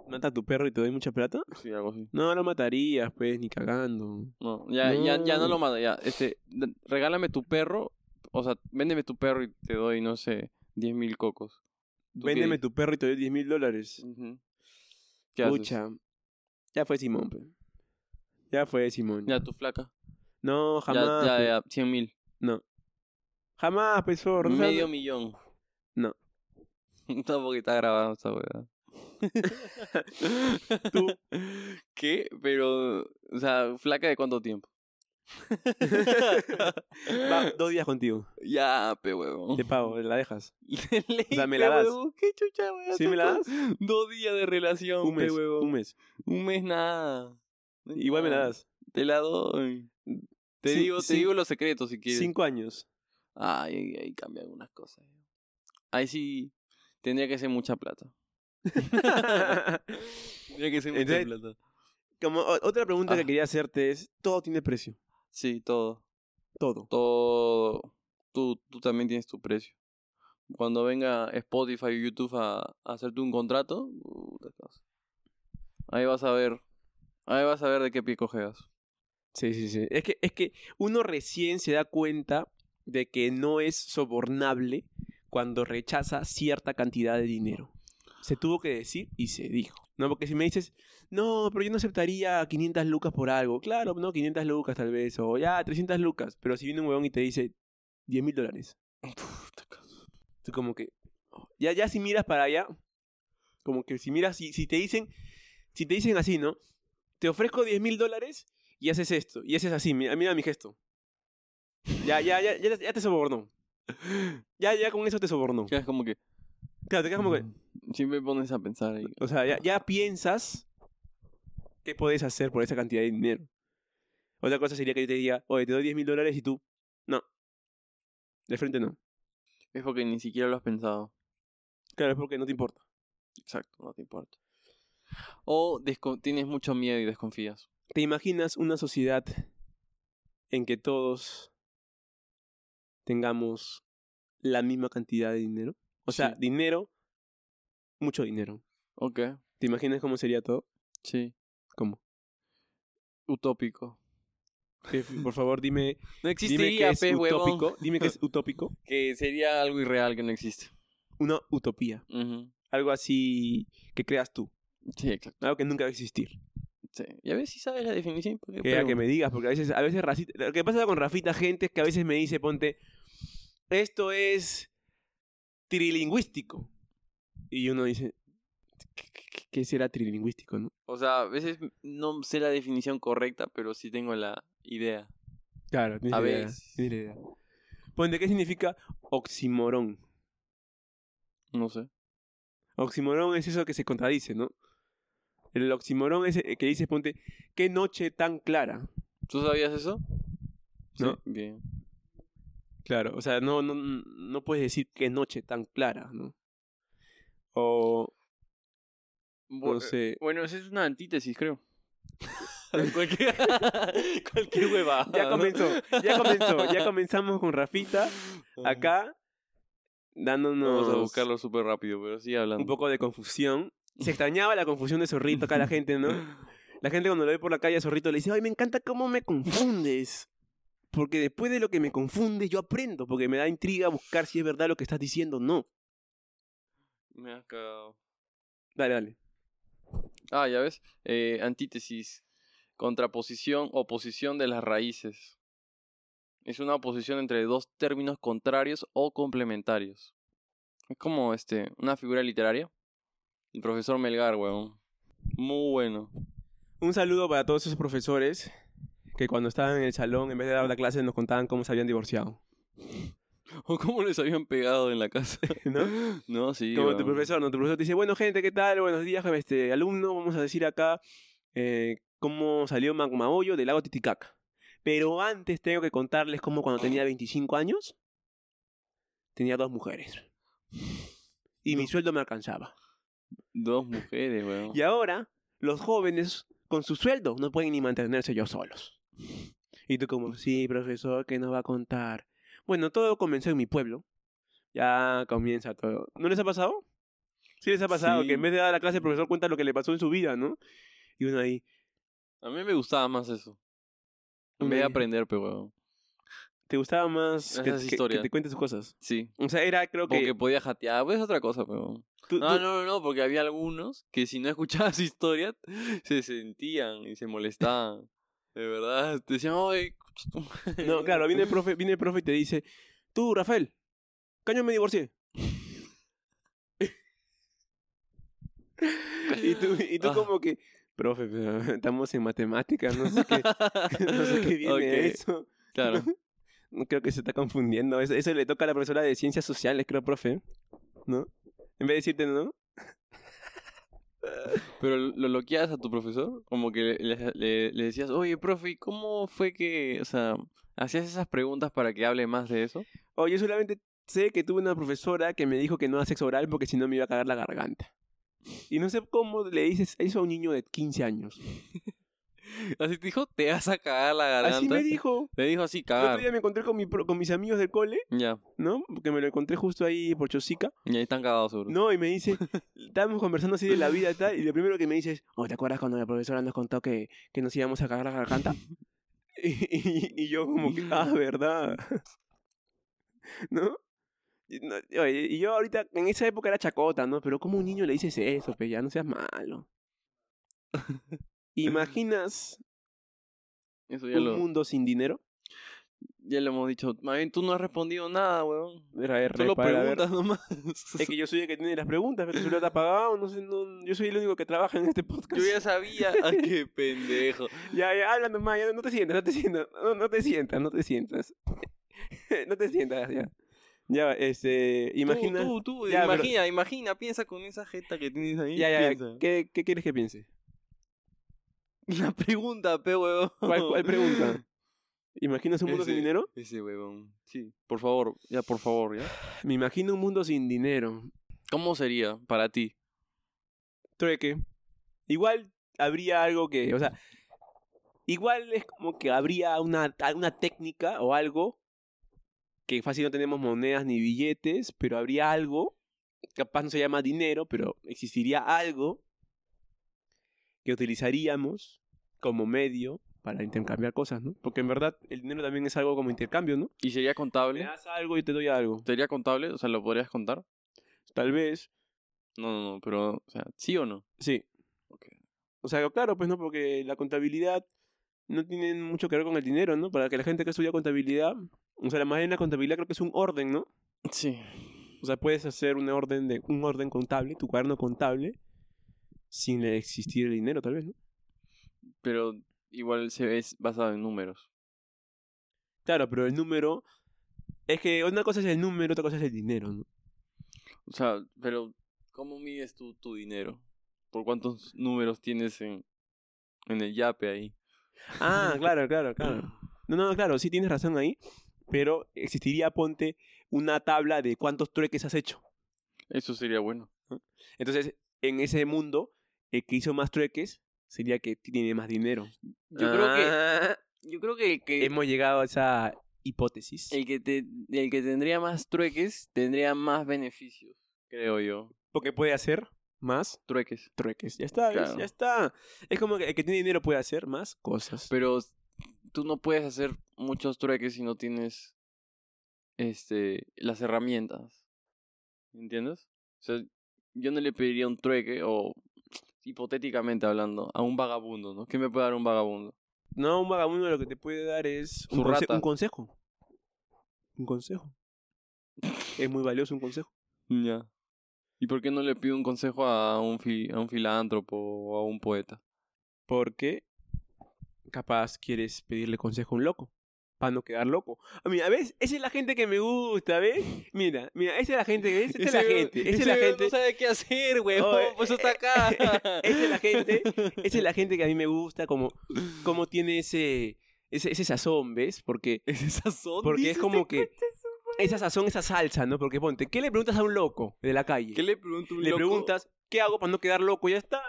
¿Mata a tu perro y te doy mucha plata?
Sí, algo así.
No, lo matarías, pues, ni cagando.
No, ya, Ya, ya no
No.
lo mata, ya. Este, d- regálame tu perro, o sea, véndeme tu perro y te doy, no sé, 10 mil cocos. ¿Tú qué
Véndeme
dices?
tu perro y te doy 10 mil dólares.
Ujú. ¿Qué haces?
Pucha. Ya fue Simón, pe. Ya fue Simón.
Ya, tu flaca.
No,
Ya,
jamás.
ya,
pe.
ya, 100 mil.
Jamás, pesor.
Medio millón.
No.
No, porque está grabado esta weá.
Tú.
¿Qué? Pero, o sea, flaca de cuánto tiempo.
Va, dos días contigo.
ya, pe huevo.
Te pago, la dejas.
Ley,
sea, me
pe,
la das.
huevón, ¿Qué chucha, weón?
¿Sí me la das?
Dos días de relación,
Un mes,
pe huevón.
un mes.
Un mes nada. No es
Igual me la
nada.
das.
Te la doy. Te
Cin-
digo, te
cin-
digo los secretos si quieres.
Cinco años.
Ay, ahí- ahí cambian algunas cosas. Ahí sí tendría que ser mucha plata. tendría que ser mucha
Entonces-
plata.
Como o- otra pregunta que
Ah.
quería hacerte es, todo tiene precio.
Sí, todo.
Todo.
Todo. Tú, tú también tienes tu precio. Cuando venga Spotify o YouTube a, a hacerte un contrato, puta cosa. ahí vas a ver. Ahí vas a ver de qué pie cojeas.
Sí, sí, sí. Es que, es que uno recién se da cuenta de que no es sobornable cuando rechaza cierta cantidad de dinero. se tuvo que decir y se dijo. No, porque si me dices, no, pero yo no aceptaría 500 lucas por algo. Claro, no, 500 lucas tal vez, o ya, 300 lucas. Pero si viene un huevón y te dice 10 mil dólares, tú como que, ya, ya si miras para allá, como que si miras, si, si te dicen, si te dicen así, ¿no? Te ofrezco 10 mil dólares y haces esto, y haces así, mira, mira mi gesto. Ya, ya, ya, ya, ya te sobornó. Ya, ya con eso te sobornó.
Quedas como que.
Claro, te quedas como que,
Sí me pones a pensar ahí.
o sea, ya, ya piensas qué puedes hacer por esa cantidad de dinero. Otra cosa sería que yo te diga, oye, te doy 10 mil dólares y tú, no. De frente no.
Es porque ni siquiera lo has pensado.
Claro, es porque no te importa.
Exacto, no te importa. O desco- tienes mucho miedo y desconfías.
¿Te imaginas una sociedad en que todos tengamos la misma cantidad de dinero? O sea,
Sí.
dinero, mucho dinero.
Ok,
¿Te imaginas cómo sería todo?
sí.
¿Cómo?
Utópico.
Que, Por favor, dime,
No
dime que
existiría,
es
pe, huevón.
utópico. Dime que es utópico.
Que sería algo irreal que no existe.
Una utopía.
Ujú.
algo así que creas tú,
Sí, exacto.
algo que nunca va a existir.
Sí. Y a ver si sabes la definición. ¿por qué
Que, era que
preguntas?
me digas, porque a veces, a veces Rafita- lo que pasa con Rafita gente es que a veces me dice, ponte, esto es trilingüístico. Y uno dice, ¿qué, qué- qué será trilingüístico? no?
O sea, a veces no sé la definición correcta, pero sí tengo la idea.
Claro, tienes
A
la idea,
veces.
tienes la idea. Ponte, ¿qué significa oximorón?
No sé.
Oximorón es eso que se contradice, ¿no? El oximorón es el que dice, ponte, qué noche tan clara.
¿Tú sabías eso?
No.
Sí, bien.
Claro, o sea, no, no, no puedes decir qué noche tan clara, ¿no? O,
Bu-
no sé.
Bueno, esa es una antítesis, creo. cualquier, cualquier hueva.
Ya comenzó, ya comenzó, ya comenzamos con Rafita acá, dándonos
Vamos a buscarlo súper rápido, pero sí hablando.
un poco de confusión. Se extrañaba la confusión de Zorrito acá la gente, ¿no? La gente cuando lo ve por la calle a Zorrito le dice, ay, me encanta cómo me confundes. Porque después de lo que me confunde, yo aprendo, porque me da intriga buscar si es verdad lo que estás diciendo o no.
Me has cagado.
Dale, dale.
Ah, ya ves. Eh, antítesis. Contraposición, oposición de las raíces. Es una oposición entre dos términos contrarios o complementarios. Es como este, una figura literaria. El profesor Melgar, weón. Muy bueno.
Un saludo para todos esos profesores que cuando estaban en el salón, en vez de dar la clase, nos contaban cómo se habían divorciado.
O cómo les habían pegado en la casa.
¿No?
No, sí.
Como tu
weón.
profesor, ¿no? Tu profesor te dice, bueno, gente, ¿qué tal? Buenos días, este alumno. Vamos a decir acá eh, cómo salió Magmaollo del lago Titicaca. Pero antes tengo que contarles cómo cuando tenía 25 años, tenía dos mujeres. Y mi sueldo me alcanzaba.
Dos mujeres, weón.
Y ahora, los jóvenes, con su sueldo, no pueden ni mantenerse ellos solos. Y tú como, sí, profesor, ¿qué nos va a contar? Bueno, todo comenzó en mi pueblo. Ya comienza todo. ¿No les ha pasado? Sí les ha pasado,
Sí.
que en vez de dar la clase, el profesor cuenta lo que le pasó en su vida, ¿no? Y uno ahí,
A mí me gustaba más eso. En vez
Hombre.
de aprender, pero weón.
¿te gustaba más
Esas
que, que- que
historias.
te cuente sus cosas?
Sí.
O sea, era, creo que...
Porque podía jatear. Pues es otra cosa, weón.
tú-
No,
tú-
no, no, no, porque había algunos que si no escuchabas su historia se sentían y se molestaban. De verdad, te decían, oye, concha tu madre".
no, claro, viene el, profe, viene el profe y te dice, tú, Rafael, caño me divorcié. Y tú, y tú
Ah.
como que, profe, pero estamos en matemáticas, no sé qué, no sé qué viene
Ok,
eso.
Claro.
No creo que se está confundiendo. Eso, eso le toca a la profesora de ciencias sociales, creo, profe. ¿No? En vez de decirte, ¿no?
Pero lo bloqueabas a tu profesor, como que le, le- le decías, oye, profe, ¿y ¿cómo fue que, o sea, hacías esas preguntas para que hable más de eso?
O "Oh, yo solamente sé que tuve una profesora que me dijo que no haga sexo oral porque si no me iba a cagar la garganta. Y no sé cómo le dices eso a un niño de 15 años.
Así te dijo, te vas a cagar la garganta.
Así me dijo.
Te dijo así,
El otro
cagar.
día me encontré con, mi pro- con mis amigos del cole,
Ya,
¿no? Porque me lo encontré justo ahí por Chosica.
y ahí están cagados seguro.
No, y me dice, estábamos conversando así de la vida y tal, y lo primero que me dice es, oh, ¿te acuerdas cuando la profesora nos contó que, que nos íbamos a cagar la garganta? y, y- y yo como que, ah, ¿verdad? ¿No? Y no- oye, y yo ahorita, en esa época era chacota, ¿no? Pero como un niño le dices eso, pe, ya no seas malo. ¿Imaginas
Eso ya
un
lo,
mundo sin dinero?
ya lo hemos dicho. Más bien, tú no has respondido nada, weón.
Era de
Tú lo
reparar, a ver.
preguntas nomás.
Es que yo soy el que tiene las preguntas, pero tú lo has pagado, no sé, no- yo soy el único que trabaja en este podcast.
Yo ya sabía. Ah, qué pendejo.
Ya, ya, habla nomás, ya, no te sientas, no te sientas, no, no te sientas, no te sientas. no te sientas, ya. Ya, este, imagina.
Tú, tú, tú,
Ya, pero-
imagina, imagina, piensa con esa jeta que tienes ahí.
ya, ya,
piensa.
¿qué, ¿qué quieres que piense?
La pregunta, pe, huevón.
¿Cuál, cuál pregunta? ¿Imaginas un mundo sin
Ese-
dinero?
Ese huevón. Sí, por favor, ya, por favor, ya.
Me imagino un mundo sin dinero.
¿Cómo sería para ti?
Trueque. Igual habría algo que, o sea, igual es como que habría una, alguna técnica o algo que fácil no tenemos monedas ni billetes, pero habría algo, capaz no se llama dinero, pero existiría algo que utilizaríamos como medio para intercambiar cosas, ¿no? Porque en verdad el dinero también es algo como intercambio, ¿no?
¿Y sería
Me
contable?
das algo y te doy algo.
¿Sería contable? O sea, ¿lo podrías contar?
Tal vez
No, no, no, pero, o sea, ¿sí o no?
Sí.
Ok.
O sea, claro, pues no, porque la contabilidad no tiene mucho que ver con el dinero, ¿no? Para que la gente que estudia contabilidad, o sea, la manera en la contabilidad creo que es un orden, ¿no?
Sí.
O sea, puedes hacer un orden de un orden contable, tu cuaderno contable, sin existir el dinero, tal vez, ¿no?
Pero igual se es basado en números.
Claro, pero el número es que una cosa es el número, otra cosa es el dinero, ¿no?
O sea, pero ¿cómo mides tú tu dinero? ¿Por cuántos números tienes en, en el yape ahí?
Ah, claro, claro, claro. No, no, claro, sí tienes razón ahí, pero existiría, ponte, una tabla de cuántos trueques has hecho.
Eso sería bueno.
Entonces, en ese mundo, el que hizo más trueques sería el que tiene más dinero.
Yo creo que Ah, em, yo creo que el que
Hemos llegado a esa hipótesis.
el que te, el que tendría más trueques tendría más beneficios, creo yo.
Porque puede hacer más
Trueques.
trueques. Ya está, ¿ves?
Claro.
ya está. Es como que el que tiene dinero puede hacer más cosas.
Pero tú no puedes hacer muchos trueques si no tienes este las herramientas. ¿Entiendes? O sea, yo no le pediría un trueque o hipotéticamente hablando a un vagabundo, ¿no? ¿Qué me puede dar un vagabundo?
No, un vagabundo lo que te puede dar es
Su
un, conse-
rata.
un consejo. Un consejo. es muy valioso un consejo.
Ya. ¿Y por qué no le pido un consejo a un fi- a un filántropo o a un poeta?
Porque capaz quieres pedirle consejo a un loco. Para no quedar loco. Ah, mira, ¿ves? Esa es la gente que me gusta, ¿ves? Mira, mira, esa es la gente, ¿ves? Esa es la
Ese weón-
gente, esa es
ese
la
weón
gente. eh,
No sabe qué hacer, güey.
Oye,
Por eso está acá.
Esa es la gente, esa es la gente que a mí me gusta, como, como tiene ese, ese, ese sazón, ¿ves? Porque,
Es esa zona.
porque es como que esa sazón, esa salsa, ¿no? Porque ponte, ¿qué le preguntas a un loco de la calle?
¿Qué le pregunto a un
le
loco?
preguntas, ¿qué hago para no quedar loco? Ya está.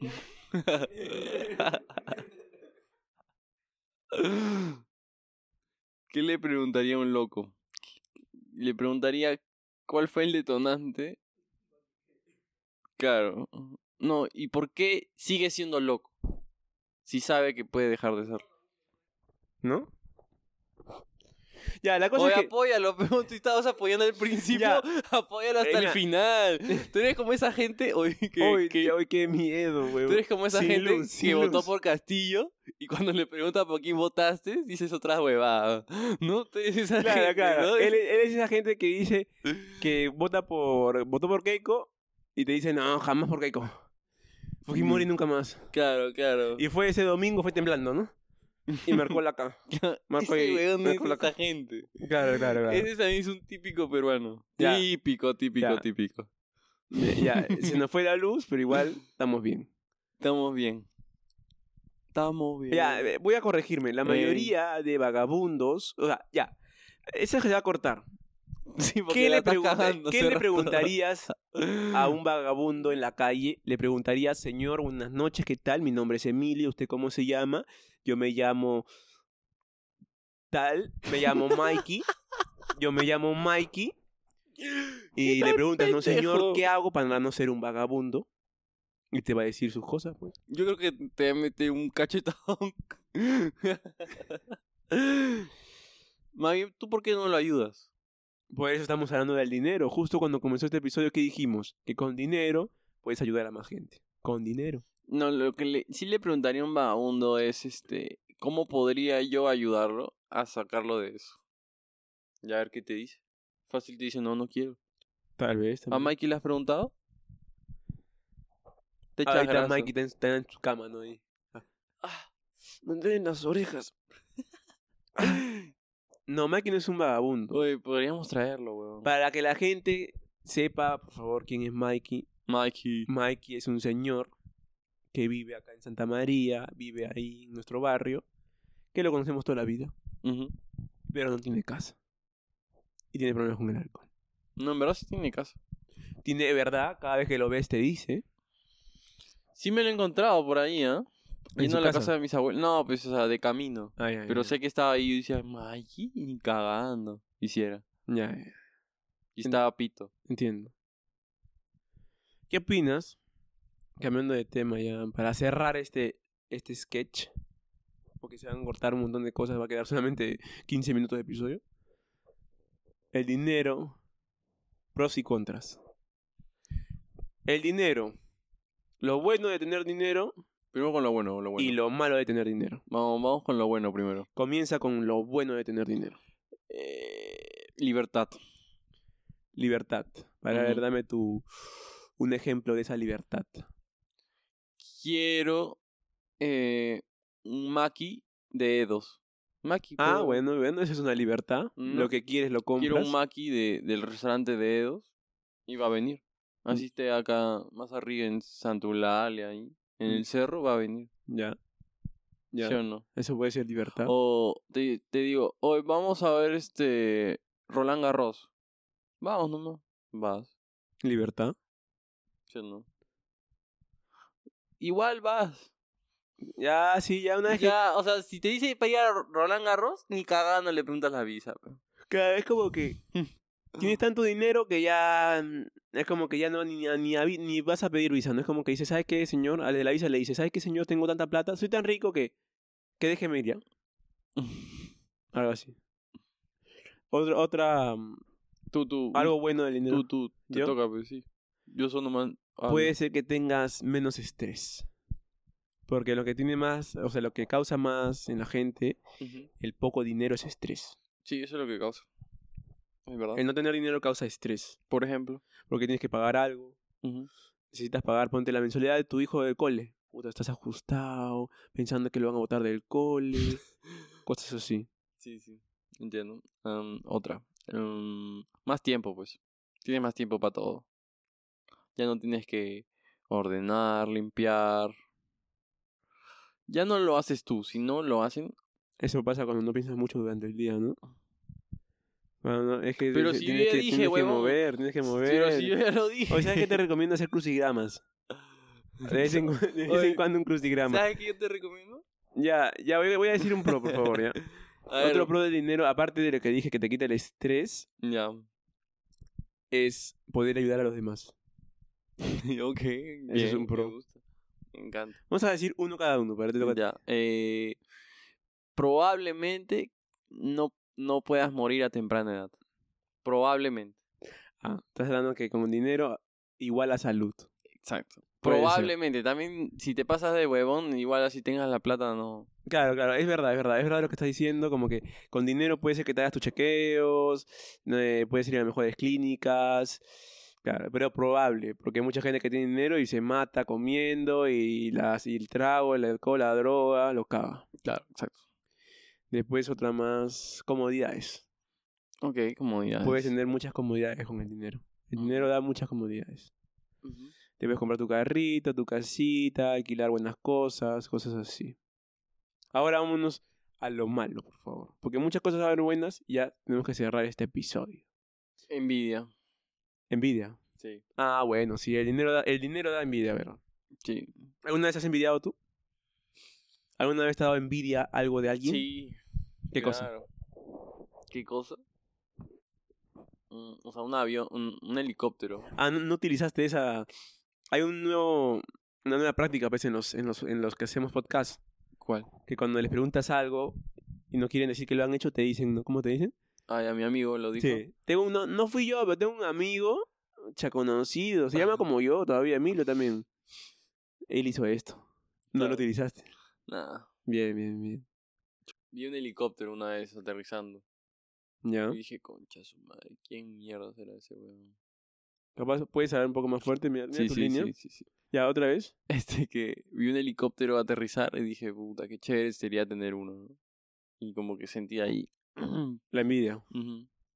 ¿Qué le preguntaría a un loco? Le preguntaría cuál fue el detonante. Claro. No, ¿y por qué sigue siendo loco? Si sabe que puede dejar de serlo.
¿No? Ya, la cosa
Oye,
es que...
apóyalo, pero tú estabas apoyando al principio,
Ya.
apóyalo hasta
Eh,
el
mira.
final. Tú eres como esa gente, oye, que,
Hoy,
que-
qué, hoy qué miedo,
tú
weón.
eres como esa
sin
gente
luz,
que
sin
votó
luz.
por Castillo y cuando le pregunta por quién votaste, dices otra huevada. No, tú eres esa
Claro,
gente, ¿no?
claro.
Es-
Él, él es esa gente que dice que vota por, votó por Keiko y te dice, no, jamás por Keiko. Fujimori nunca más.
Claro, claro.
Y fue ese domingo, fue temblando, ¿no? Y marcó la K. Marco
Ese
y-
huevón no
Marco
es
la
esa gente.
Claro, claro,
Ese también es un típico peruano.
Ya.
Típico, típico,
Ya.
típico.
eh, Ya, se nos fue la luz, pero igual estamos bien.
Estamos bien. Estamos bien.
Ya, eh, voy a corregirme. La
Eh.
mayoría de vagabundos, o sea, ya. Esa se va a cortar.
Sí, porque
¿Qué,
la
le,
estás
pregunta-
cagando
¿qué
hace
le
rato.
preguntarías a un vagabundo en la calle? Le preguntarías, señor, buenas noches, ¿qué tal? Mi nombre es Emilio, ¿usted cómo se llama? Yo me llamo tal, me llamo Mikey. Yo me llamo Mikey. Y le preguntas, no, señor,
pendejo.
¿qué hago para no ser un vagabundo? Y te va a decir sus cosas, pues.
Yo creo que te mete un cachetón. Más bien, ¿tú por qué no lo ayudas?
Por eso estamos hablando del dinero. Justo cuando comenzó este episodio, ¿qué dijimos? Que con dinero puedes ayudar a más gente. Con dinero.
No, lo que le- sí le preguntaría a un vagabundo es, este, ¿cómo podría yo ayudarlo a sacarlo de eso? Ya a ver qué te dice. Fácil te dice, no, no quiero.
Tal vez.
¿A Mikey le has preguntado? Ah, Te
Ahí
echas
está
grasa.
Mikey, está en, está en su cama, ¿no? Ahí.
Ah, me duelen las orejas.
No, Mikey no es un vagabundo.
Oye, podríamos traerlo, weón.
Para que la gente sepa, por favor, quién es Mikey.
Mikey.
Mikey es un señor que vive acá en Santa María, vive ahí en nuestro barrio, que lo conocemos toda la vida,
Ujú.
pero no tiene casa. Y tiene problemas con el alcohol.
No, en verdad sí tiene casa.
Tiene, de verdad, cada vez que lo ves te dice,
Sí me lo he encontrado por ahí, ¿ah?
¿En
Yendo
su
a la
casa?
casa de mis abuelos. No, pues, o sea, de camino.
Ay, ay,
Pero
ay.
sé que estaba ahí y decía, Mikey, ni cagando. Hiciera.
Ya, ya,
Y
En-
estaba pito.
entiendo. ¿Qué opinas? Cambiando de tema ya, para cerrar este, este sketch, porque se van a cortar un montón de cosas, va a quedar solamente 15 minutos de episodio. El dinero, pros y contras. El dinero, lo bueno de tener dinero
Primero con lo bueno, con lo bueno.
y lo malo de tener dinero.
Vamos, vamos con lo bueno primero.
Comienza con lo bueno de tener dinero.
Eh, libertad.
Libertad. Para ver,
Ujú.
dame tu, un ejemplo de esa libertad.
Quiero eh, un Maki de E2. Maki.
Ah,
pero-
bueno, bueno, esa es una libertad.
Mm.
Lo que quieres lo compras.
Quiero un Maki de, del restaurante de E2. Y va a venir.
Mm.
Así esté acá, más arriba en Santulalia, ahí. En
Mm.
el cerro va a venir.
Ya. Ya.
¿Sí o no?
Eso puede ser libertad.
O te, te digo, hoy vamos a ver este Roland Garros. Vamos, no, no. Vas,
Libertad.
¿sí o no? Igual vas.
Ya, sí, ya una vez que-
Ya, o sea, si te dice para ir a Roland Garros, ni cagando le preguntas la visa. pe.
cada vez como que tienes tanto dinero que ya mm, es como que ya no ni, ni, avi- ni vas a pedir visa, no es como que dices, ¿sabes qué, señor? Al de la visa le dices, ¿sabes qué, señor? Tengo tanta plata, soy tan rico que que déjeme ir ya. Algo así. Otra otra mm,
Tú, tú.
algo bueno del dinero
Tú, tú. Te
¿Yo?
toca, pues sí. Yo solo nomás. ah, hablo.
puede ser que tengas menos estrés. Porque lo que tiene más, o sea, lo que causa más en la gente
Ujú.
el poco dinero es estrés.
Sí, eso es lo que causa. Es verdad.
El no tener dinero causa estrés,
Por ejemplo.
porque tienes que pagar algo,
Ujú.
necesitas pagar, ponte la mensualidad de tu hijo del cole. Puta, estás ajustado, pensando que lo van a botar del cole, cosas así.
Sí, sí. Entiendo. Am, otra. Am, más tiempo, pues. Tienes más tiempo para todo. Ya no tienes que ordenar, limpiar. Ya no lo haces tú, si no lo hacen.
Eso pasa cuando no piensas mucho durante el día, ¿no? Bueno, no, es que
Pero
dice-
si yo
tienes,
ya
que,
dije,
tienes que
huevón.
mover, tienes que mover.
Pero si yo ya lo dije.
O sea, que te recomiendo hacer crucigramas. De vez en, cu- de vez en
Oye.
cuando un crucigrama.
¿Sabes qué yo te recomiendo?
Ya, ya voy, voy a decir un pro, por favor, ya.
A ver,
Otro pro del dinero, aparte de lo que dije que te quita el estrés,
Ya.
es poder ayudar a los demás.
ok.
Ese es
bien,
un pro.
Me gusta. Me encanta.
Vamos a decir uno cada uno, para te toca-
Ya, eh, probablemente no, no puedas morir a temprana edad. Probablemente.
Ah, estás hablando que con dinero igual a salud.
Exacto.
Puede ser.
Probablemente. También, si te pasas de huevón, igual así tengas la plata, no.
Claro, claro, es verdad, es verdad, es verdad lo que estás diciendo, como que con dinero puede ser que te hagas tus chequeos, eh, puedes ir a las mejores clínicas, claro, pero probable, porque hay mucha gente que tiene dinero y se mata comiendo y, las, y el trago, el alcohol, la droga, lo caga.
Claro, exacto.
Después otra más, comodidades.
Ok, comodidades.
Puedes tener muchas comodidades con el dinero. El
Ujú.
dinero da muchas comodidades.
Ujú.
Te puedes comprar tu carrito, tu casita, alquilar buenas cosas, cosas así. Ahora vámonos a lo malo, por favor. Porque muchas cosas van a ser buenas y ya tenemos que cerrar este episodio.
Envidia.
Envidia.
Sí.
Ah, bueno, sí, el dinero da, el dinero da envidia, ¿verdad?
Sí.
¿Alguna vez has envidiado tú? ¿Alguna vez te ha dado envidia algo de alguien?
Sí.
¿Qué cosa?
claro. ¿Qué cosa? Mm, o sea, un avión, un, un helicóptero.
Ah, ¿no, no utilizaste esa... Hay un nuevo, una nueva práctica pues, en, los, en, los, en los que hacemos podcast.
¿Cuál?
Que cuando les preguntas algo y no quieren decir que lo han hecho, te dicen, ¿no? ¿Cómo te dicen?
Ay, a mi amigo lo dijo.
Sí. Tengo uno, no fui yo, pero tengo un amigo ya conocido. Se llama como yo todavía, Emilio también. Él hizo esto. No
Claro.
lo utilizaste.
Nada.
Bien, bien, bien.
Vi un helicóptero una vez aterrizando.
Ya.
Y dije, concha su madre, ¿quién mierda será ese weón?
Capaz puedes hablar un poco más fuerte. Mira, mira tu línea.
sí, sí.
Ya, otra vez.
Este que vi un helicóptero aterrizar y dije, puta, qué chévere sería tener uno. ¿no? Y como que sentí ahí. Ujú.
La envidia.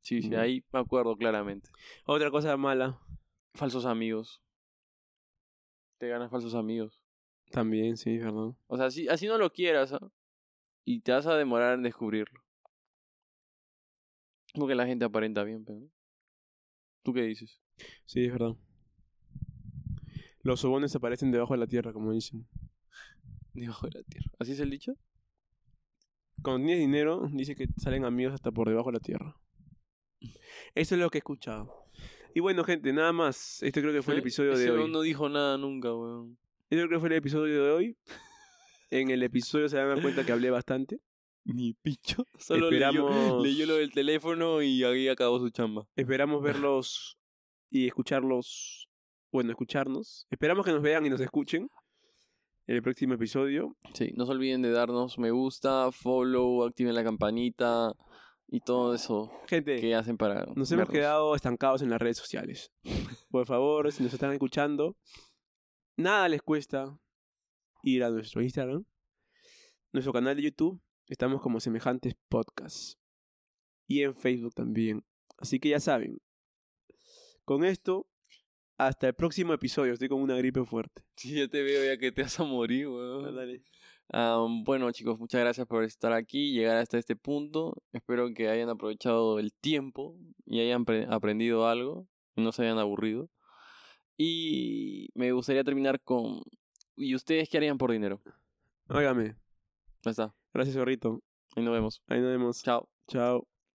Sí, sí,
Ya.
ahí me acuerdo claramente.
Otra cosa mala.
Falsos amigos. Te ganas falsos amigos.
También, sí, perdón.
O sea, así, así no lo quieras, ¿ah? Y te vas a demorar en descubrirlo. Como que la gente aparenta bien, pero. ¿Tú qué dices?
Sí, es verdad. Los sobones aparecen debajo de la tierra, como dicen.
Debajo de la tierra. ¿Así es el dicho?
Cuando tienes dinero, dice que salen amigos hasta por debajo de la tierra. Eso es lo que he escuchado. Y bueno, gente, nada más. Esto creo que fue el
¿Eh?
episodio
Ese
de hoy.
weón no dijo nada nunca, weón.
Esto creo que fue el episodio de hoy. En el episodio se dan cuenta que hablé bastante.
Ni picho. Solo leyó,
Esperamos-
leyó lo del teléfono y ahí acabó su chamba.
Esperamos verlos y escucharlos. Bueno, escucharnos. Esperamos que nos vean y nos escuchen. En el próximo episodio.
Sí, no se olviden de darnos me gusta, follow, activen la campanita y todo eso
Gente,
que hacen para.
Nos hemos
vernos.
quedado estancados en las redes sociales. Por favor, si nos están escuchando, nada les cuesta ir a nuestro Instagram, nuestro canal de YouTube. Estamos como semejantes podcasts. Y en Facebook también. Así que ya saben. Con esto, hasta el próximo episodio. Estoy con una gripe fuerte.
Sí, ya te veo, ya que te vas a morir, weón. Am, bueno, chicos, muchas gracias por estar aquí, llegar hasta este punto. Espero que hayan aprovechado el tiempo y hayan pre- aprendido algo y no se hayan aburrido. Y me gustaría terminar con. ¿Y ustedes qué harían por dinero?
Óigame.
Ya está.
Gracias, zorrito.
Ahí nos vemos.
Ahí nos vemos.
Chao.
Chao.